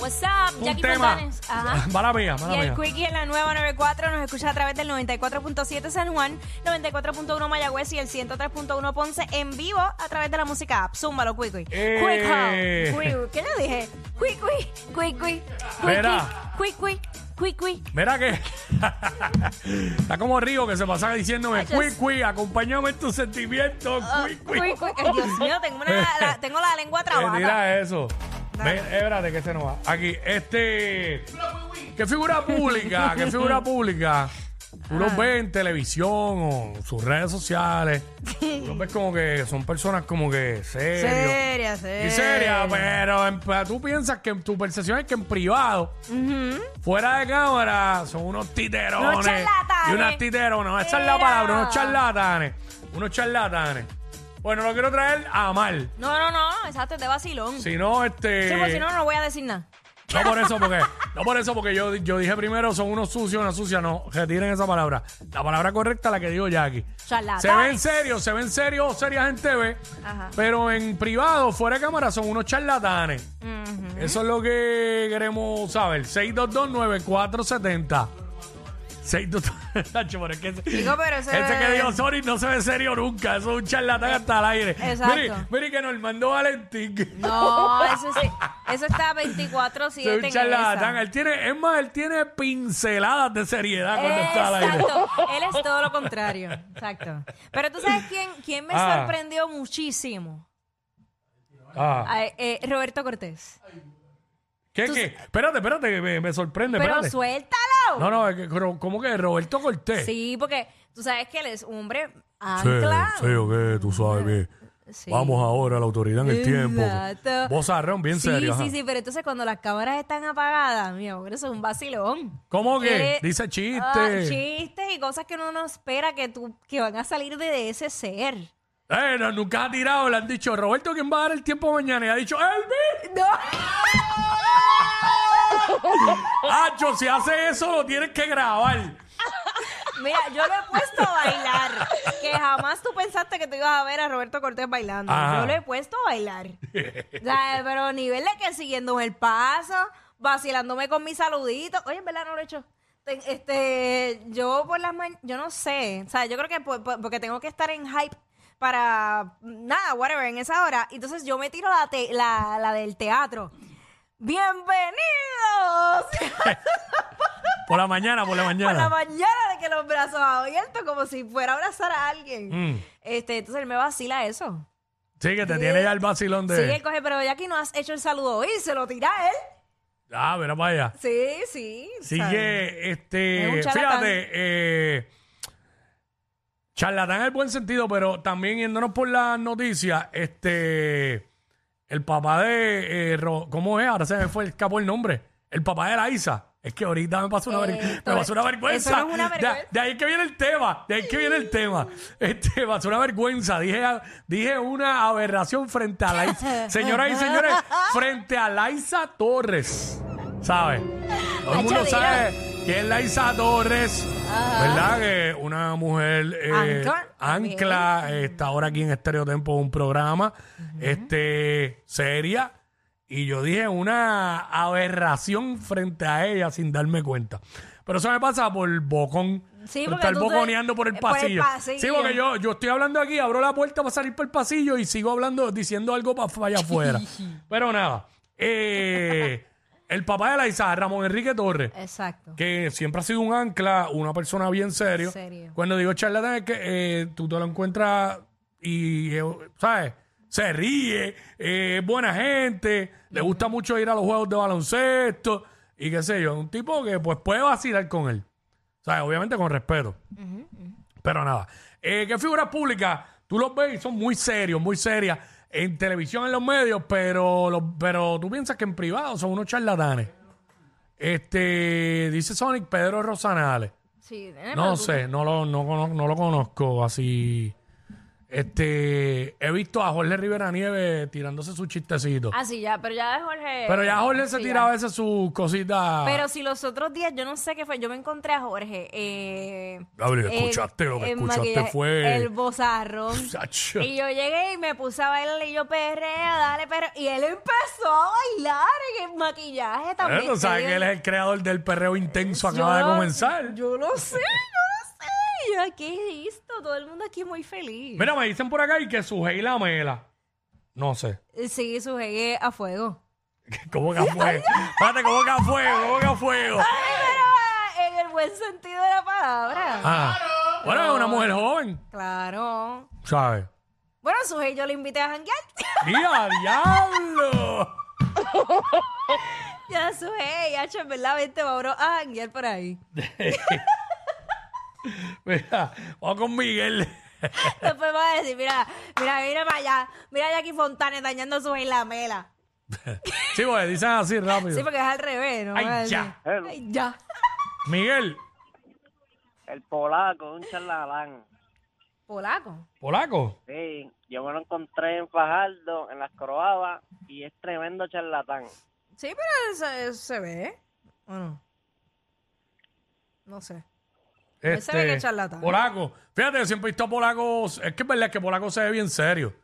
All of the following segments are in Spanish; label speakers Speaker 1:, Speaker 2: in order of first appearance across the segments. Speaker 1: What's up?
Speaker 2: Un
Speaker 1: Jackie
Speaker 2: tema. Ah,
Speaker 1: Fontanes. Ajá.
Speaker 2: Mala mía, mala
Speaker 1: Y el
Speaker 2: mía.
Speaker 1: Quickie en la nueva 94 nos escucha a través del 94.7 San Juan, 94.1 Mayagüez y el 103.1 Ponce en vivo a través de la música app. Zúmbalo, Quickie.
Speaker 2: Eh.
Speaker 1: Quick Home. Quick- ¿Qué le dije? Quick, quick, quick, quick.
Speaker 2: Mira.
Speaker 1: Quick, quick, quick, quick.
Speaker 2: Mira que está como Río que se pasa diciéndome,
Speaker 1: Ay, Ah, yo-
Speaker 2: cui, cui, acompáñame en tus sentimientos, cui, cui.
Speaker 1: Quick, quick. Ay, Dios mío, tengo, una, la, tengo la lengua
Speaker 2: Eh,
Speaker 1: trabada.
Speaker 2: Mira eso. Ve,
Speaker 1: Dale.
Speaker 2: eh, espérate que se nos va. Aquí, este. ¿Qué figura pública? ¿Qué figura pública?
Speaker 1: Ah.
Speaker 2: Tú los ves en televisión o en sus redes sociales. Tú los ves como que son personas como que serios.
Speaker 1: Seria, seria.
Speaker 2: Y seria, pues. pero en- pero tú piensas que en- tu percepción es que en privado, fuera de cámara, son unos titerones.
Speaker 1: Unos charlatanes.
Speaker 2: Y unas titeronas. No, Esa es
Speaker 1: Era.
Speaker 2: la palabra, unos charlatanes. Unos charlatanes. Bueno, lo quiero traer a mal.
Speaker 1: No, no, no, exacto, es de vacilón.
Speaker 2: Si no, este.
Speaker 1: Sí, porque si no, no voy a decir nada.
Speaker 2: No por eso, porque, no por eso, porque yo, yo dije primero son unos sucios, una sucia. No, retiren esa palabra. La palabra correcta es la que digo ya aquí.
Speaker 1: Charlatanes.
Speaker 2: Se ven serios, se ven serios, serias en TV,
Speaker 1: Ajá.
Speaker 2: pero en privado, fuera de cámara, son unos charlatanes. Eso es lo que queremos saber. 6229470. 622 Nacho, pero es que ese,
Speaker 1: Chico, pero ese- Eh,
Speaker 2: ese que dijo sorry no se ve serio nunca. Eso es un charlatán hasta el aire.
Speaker 1: Exacto.
Speaker 2: Mire, mire que Normando Valentín.
Speaker 1: No, eso sí. Eso está 24-7
Speaker 2: Es
Speaker 1: en
Speaker 2: un
Speaker 1: esa.
Speaker 2: charlatán. Él tiene, es más, él tiene pinceladas de seriedad cuando está al aire.
Speaker 1: Exacto, él es todo lo contrario. Exacto. Pero tú sabes quién, quién me
Speaker 2: Ah.
Speaker 1: sorprendió muchísimo.
Speaker 2: Ah.
Speaker 1: Ah, eh, Roberto Cortés.
Speaker 2: ¿Qué,
Speaker 1: tú-
Speaker 2: qué? Espérate, espérate, que me, me sorprende.
Speaker 1: Pero
Speaker 2: espérate.
Speaker 1: suéltalo.
Speaker 2: No, no, es que, pero ¿cómo que Roberto Cortés?
Speaker 1: Sí, porque tú sabes que él es un hombre
Speaker 2: Sí,
Speaker 1: ancla.
Speaker 2: sí, o qué, tú sabes que
Speaker 1: Sí.
Speaker 2: vamos ahora a la autoridad en el tiempo.
Speaker 1: Exacto.
Speaker 2: Bozarrón, bien
Speaker 1: Sí,
Speaker 2: serio. ajá.
Speaker 1: sí, sí, pero entonces cuando las cámaras están apagadas, mi amor, eso es un vacilón.
Speaker 2: ¿Cómo que?
Speaker 1: Eh,
Speaker 2: Dice chiste.
Speaker 1: ah, chistes y cosas que uno no espera que, tú, que van a salir de ese ser.
Speaker 2: Eh, no, nunca ha tirado, le han dicho, Roberto, ¿quién va a dar el tiempo mañana? Y ha dicho, ¡Elvi!
Speaker 1: No.
Speaker 2: ¡Acho, si hace eso lo tienes que grabar!
Speaker 1: Mira, yo lo he puesto a bailar. Que jamás tú pensaste que tú ibas a ver a Roberto Cortés bailando.
Speaker 2: Ajá.
Speaker 1: Yo lo he puesto a bailar. O sea, pero nivel de que siguiendo el paso, vacilándome con mis saluditos. Oye, en verdad no lo he hecho. Te- Este, yo por las mañanas, yo no sé. O sea, yo creo que por- por- porque tengo que estar en hype para nada, whatever, en esa hora. Entonces yo me tiro la, te- la, la del teatro. ¡Bienvenidos!
Speaker 2: Por la mañana, por la mañana.
Speaker 1: Por la mañana de que los brazos abiertos, como si fuera a abrazar a alguien.
Speaker 2: Mm.
Speaker 1: Este, entonces él me vacila eso.
Speaker 2: Sí, que te tiene ya el vacilón de.
Speaker 1: Sí, él coge, pero ya aquí no has hecho el saludo hoy, se lo tira a él.
Speaker 2: Ah, mira para allá.
Speaker 1: Sí, sí. ¿sabes?
Speaker 2: Sigue, este.
Speaker 1: Es un charlatán.
Speaker 2: fíjate, eh, charlatán en el buen sentido, pero también yéndonos por las noticias, este. El papá de. eh, Ro- ¿Cómo es? Ahora se me fue, escapó el nombre. El papá de la Isa. Es que ahorita me pasó una, ver-
Speaker 1: Eh,
Speaker 2: me pasó una vergüenza.
Speaker 1: eso no es una
Speaker 2: De-
Speaker 1: vergüenza.
Speaker 2: De, ahí es que viene el tema. De ahí es que viene el tema. Este, me pasó una vergüenza. Dije, a- dije una aberración frente a la Isa. Señoras y señores, frente a Laisa Torres. ¿Sabes? Todo el mundo
Speaker 1: Hacho,
Speaker 2: sabe que es Laisa Torres. ¿Verdad? Que una mujer eh,
Speaker 1: Ancla.
Speaker 2: ancla, eh, está ahora aquí en Estéreo Tempo un programa este seria. Y yo dije una aberración frente a ella sin darme cuenta. Pero eso me pasa por bocón.
Speaker 1: Sí,
Speaker 2: por
Speaker 1: porque
Speaker 2: estar
Speaker 1: tú te- eh,
Speaker 2: boconeando por el
Speaker 1: por el
Speaker 2: pasillo.
Speaker 1: pasillo.
Speaker 2: Sí, porque yo, yo estoy hablando aquí, abro la puerta para salir por el pasillo y sigo hablando, diciendo algo para allá afuera. Pero nada. eh, el papá de la Isa, Ramón Enrique Torres
Speaker 1: Exacto.
Speaker 2: que siempre ha sido un ancla, una persona bien serio.
Speaker 1: Serio.
Speaker 2: Cuando digo charlatán es que eh, tú te lo encuentras y, eh, ¿sabes? Se ríe, eh, es buena gente, le gusta mucho ir a los juegos de baloncesto y qué sé yo. Un tipo que pues puede vacilar con él. ¿Sabes? Obviamente con respeto. Pero nada. Eh, ¿Qué figuras públicas? Tú los ves y son muy serios, muy serias. En televisión, en los medios, pero, los- pero tú piensas que en privado son unos charlatanes. Este, dice Sonic Pedro Rosanales.
Speaker 1: Sí, eh, pero
Speaker 2: No
Speaker 1: tú-
Speaker 2: sé, no lo, no, cono- no lo conozco así. Este, he visto a Jorge Rivera Nieves tirándose su chistecito.
Speaker 1: Ah, sí, ya, pero ya de Jorge.
Speaker 2: Pero ya Jorge se
Speaker 1: sí,
Speaker 2: tira a veces sus cositas.
Speaker 1: Pero si los otros días, yo no sé qué fue, yo me encontré a Jorge. Eh,
Speaker 2: Gabriel,
Speaker 1: el-
Speaker 2: escuchaste, lo que
Speaker 1: en
Speaker 2: escuchaste
Speaker 1: maquillaje,
Speaker 2: fue-
Speaker 1: El bozarrón.
Speaker 2: Chacho. Eh,
Speaker 1: Y yo llegué y me puse a bailar y yo perrea, dale, pero. Y él empezó a bailar en el maquillaje también.
Speaker 2: Bueno, tú sabes
Speaker 1: Yo-
Speaker 2: que él es el creador del perreo intenso, acaba de
Speaker 1: yo-
Speaker 2: comenzar.
Speaker 1: Yo lo sé, yo lo sé. Y Yo aquí listo, todo el mundo aquí es muy feliz.
Speaker 2: Mira, me dicen por acá y que su y la mela. No sé.
Speaker 1: Sí, su jegue a fuego.
Speaker 2: ¿Cómo que fue? Espérate, ¿cómo que fue? ¿Cómo que fue?
Speaker 1: Pero en el buen sentido de la palabra.
Speaker 2: Ah. Bueno, es una mujer joven,
Speaker 1: Claro.
Speaker 2: ¿sabes?
Speaker 1: Bueno, Sujei yo le invité a janguear.
Speaker 2: ¡Día, diablo!
Speaker 1: ya Sujei, hacho, en verdad, vente, vámonos a janguear por ahí.
Speaker 2: Mira, vamos con Miguel.
Speaker 1: Después va a decir, mira, mira, mira para allá. Mira a Jackie Fontane dañando a Sujei la mela.
Speaker 2: Sí, porque dicen así rápido.
Speaker 1: Sí, porque es al revés, ¿no?
Speaker 2: Ay,
Speaker 1: Va a decir,
Speaker 2: ya.
Speaker 3: Hello.
Speaker 1: Ay, ya.
Speaker 2: Miguel,
Speaker 3: El polaco, un charlatán.
Speaker 1: Polaco.
Speaker 2: polaco.
Speaker 3: Sí, yo me lo encontré en Fajardo, en las Croabas, y es tremendo charlatán.
Speaker 1: Sí, pero se, se ve. ¿O no? No sé. Él se ve que es charlatán.
Speaker 2: Este, Polaco. Fíjate, yo siempre he visto a Polaco. Es que es verdad que Polaco se ve bien serio.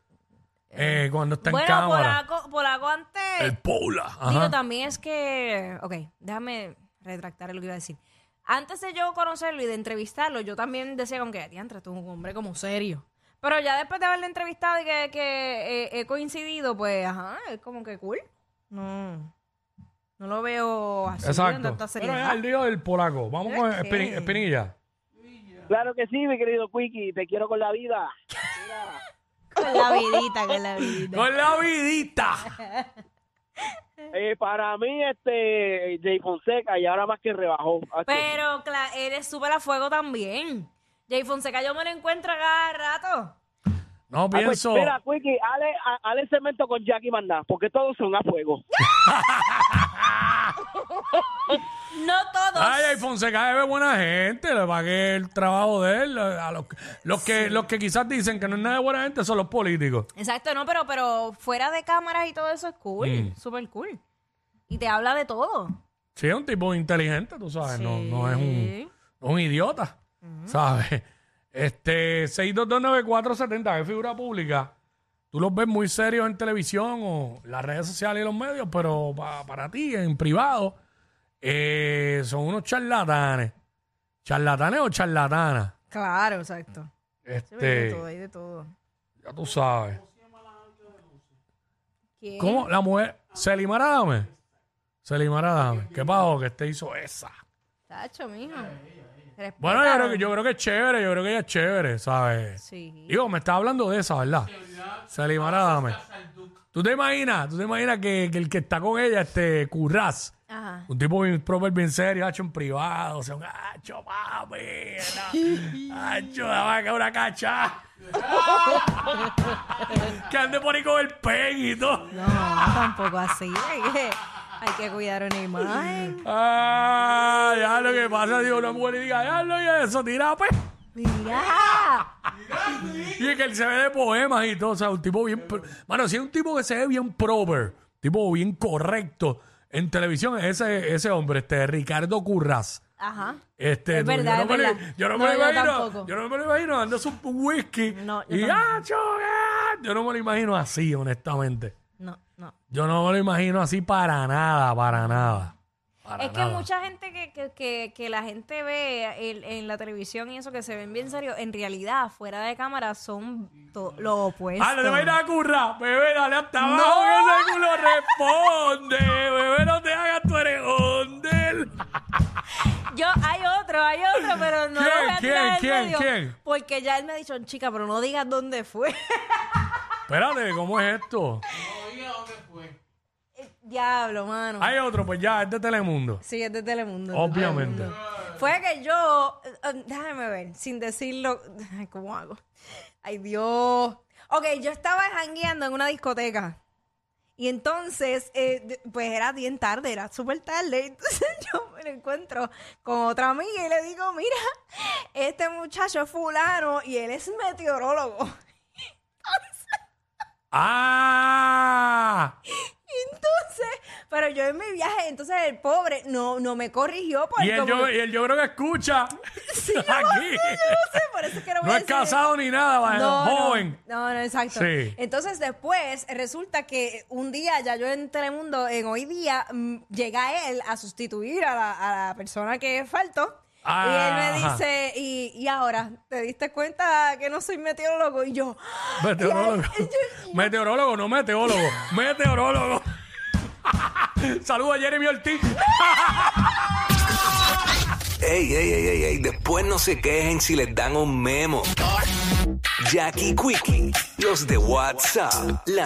Speaker 2: Eh, cuando está en
Speaker 1: bueno,
Speaker 2: cámara.
Speaker 1: Polaco, Polaco antes.
Speaker 2: El Pola. Ajá.
Speaker 1: Digo, también es que. Ok, déjame retractar lo que iba a decir. Antes de yo conocerlo y de entrevistarlo, yo también decía como que, diantre, esto es un hombre como serio. Pero ya después de haberle entrevistado y que, que, eh, he coincidido, pues, ajá, es como que cool. No. No lo veo así. con
Speaker 2: Exacto.
Speaker 1: tanta
Speaker 2: Pero es
Speaker 1: seriedad.
Speaker 2: el lío del polaco. Vamos con
Speaker 1: Ok.
Speaker 2: Espini- Espinilla.
Speaker 3: Claro que sí, mi querido Quiki, te quiero con la vida.
Speaker 1: Con la vidita, con la vidita.
Speaker 2: Con la vidita.
Speaker 3: Eh, para mí, este, Jay Fonseca, y ahora más que Ah, rebajó. Hacho,
Speaker 1: Pero cla- él es súper a fuego también. Jay Fonseca, yo me lo encuentro a cada rato.
Speaker 2: No
Speaker 3: Ah, pues,
Speaker 2: pienso.
Speaker 3: Mira, Quiki, hale, ha- hale cemento con Jackie Maná, porque todos son a fuego.
Speaker 1: No todos.
Speaker 2: Ay, ay, Fonseca debe buena gente, le pagué el trabajo de él. A los, los que, los que quizás dicen que no es nada de buena gente son los políticos.
Speaker 1: Exacto, no, pero, pero fuera de cámaras y todo eso es cool,
Speaker 2: Mm.
Speaker 1: súper cool. Y te habla de todo.
Speaker 2: Sí, es un tipo inteligente, tú sabes, Ah, no, no es un,
Speaker 1: Sí.
Speaker 2: un idiota, ¿sabes? Este, 6229470, es figura pública. Tú los ves muy serios en televisión o las redes sociales y los medios, pero pa- para ti, en privado, eh, son unos charlatanes. Charlatanes o charlatanas.
Speaker 1: Claro, exacto.
Speaker 2: Este,
Speaker 1: hay de todo.
Speaker 2: ya tú sabes.
Speaker 1: ¿Quién?
Speaker 2: ¿Cómo? La mujer. Selimar Adame. Selimar Adame. ¿Qué pasó? Que este hizo esa.
Speaker 1: Tacho, mijo.
Speaker 2: Bueno, yo
Speaker 1: Respétalo.
Speaker 2: creo, que, yo creo que es chévere, yo creo que ella es chévere, ¿sabes?
Speaker 1: Sí.
Speaker 2: Digo, me estaba hablando de esa, ¿verdad? Selimar Adame. ¿Tú te imaginas? ¿Tú te imaginas que, que el que está con ella, este Curraz,
Speaker 1: Ajá.
Speaker 2: un tipo bien proper, bien serio, hacho en privado, o sea, un hacho, papi, era- hacho, dame acá una cacha. que ande por ahí con el pen y todo.
Speaker 1: No, tampoco así. Hay que, hay que cuidar una imagen.
Speaker 2: Ah, ya lo que pasa, digo, una mujer y diga, ya lo y eso, tira, pues.
Speaker 1: Mira.
Speaker 2: Y es que él se ve de poemas y todo, o sea, un tipo bien. pro- Mano, si es un tipo que se ve bien proper, tipo bien correcto en televisión, ese, ese hombre, este, Ricardo Curraz.
Speaker 1: Ajá.
Speaker 2: Este,
Speaker 1: Es
Speaker 2: tú,
Speaker 1: verdad,
Speaker 2: yo no
Speaker 1: es
Speaker 2: me lo-
Speaker 1: verdad.
Speaker 2: Yo no
Speaker 1: No,
Speaker 2: me lo
Speaker 1: yo
Speaker 2: imagino.
Speaker 1: tampoco.
Speaker 2: Yo no me lo imagino dándose un whisky.
Speaker 1: No, yo
Speaker 2: y
Speaker 1: tampoco.
Speaker 2: "Acho, ah", Yo no me lo imagino así, honestamente.
Speaker 1: No, no.
Speaker 2: Yo no me lo imagino así para nada, para nada. Para
Speaker 1: es que
Speaker 2: nada.
Speaker 1: mucha gente que, que, que, que la gente ve en, en la televisión y eso que se ven bien serios, en realidad, fuera de cámara, son to- lo opuesto.
Speaker 2: Ah, no te vayas a currar, bebé, dale hasta abajo que ese culo responde, bebé, no te hagas tu eres ondel.
Speaker 1: Yo, hay otro, hay otro, pero no
Speaker 2: ¿Quién,
Speaker 1: lo voy a
Speaker 2: quién,
Speaker 1: tirar del
Speaker 2: quién,
Speaker 1: medio,
Speaker 2: quién?
Speaker 1: Porque ya él me ha dicho, chica, pero no digas dónde fue.
Speaker 2: Espérate, ¿cómo es esto?
Speaker 1: Eh, Diablo, mano.
Speaker 2: Hay otro, pues ya, es de Telemundo.
Speaker 1: Sí, es de Telemundo. es de
Speaker 2: Obviamente.
Speaker 1: Telemundo. Fue que yo, eh, eh, déjame ver, sin decirlo, ay, ¿cómo hago? Ay, Dios. Ok, yo estaba jangueando en una discoteca. Y entonces, eh, de- pues era bien tarde, era súper tarde. Entonces yo me lo encuentro con otra amiga y le digo, mira, este muchacho es fulano y él es meteorólogo.
Speaker 2: ¡Ah!
Speaker 1: Entonces, pero yo en mi viaje, entonces el pobre no, no me corrigió por
Speaker 2: Y él,
Speaker 1: como-
Speaker 2: yo, y él yo creo que escucha
Speaker 1: Sí, yo no sé,
Speaker 2: aquí.
Speaker 1: yo no sé, por eso es que no voy
Speaker 2: No
Speaker 1: a
Speaker 2: es
Speaker 1: decir-
Speaker 2: casado ni nada, va, es joven.
Speaker 1: No, no, exacto.
Speaker 2: Sí.
Speaker 1: Entonces después resulta que un día, ya yo en Telemundo, en hoy día, mm, llega él a sustituir a la, a la persona que faltó. Y él me
Speaker 2: Ah, Ajá.
Speaker 1: dice, y, y ahora, ¿te diste cuenta que no soy meteorólogo? Y yo,
Speaker 2: Meteorólogo. Meteorólogo, no meteorólogo. Meteorólogo. Saludos a Jeremy Ortiz.
Speaker 4: Ey, ey, ey, ey, ey, después no se quejen si les dan un memo. Jackie Quickie, los de WhatsApp, la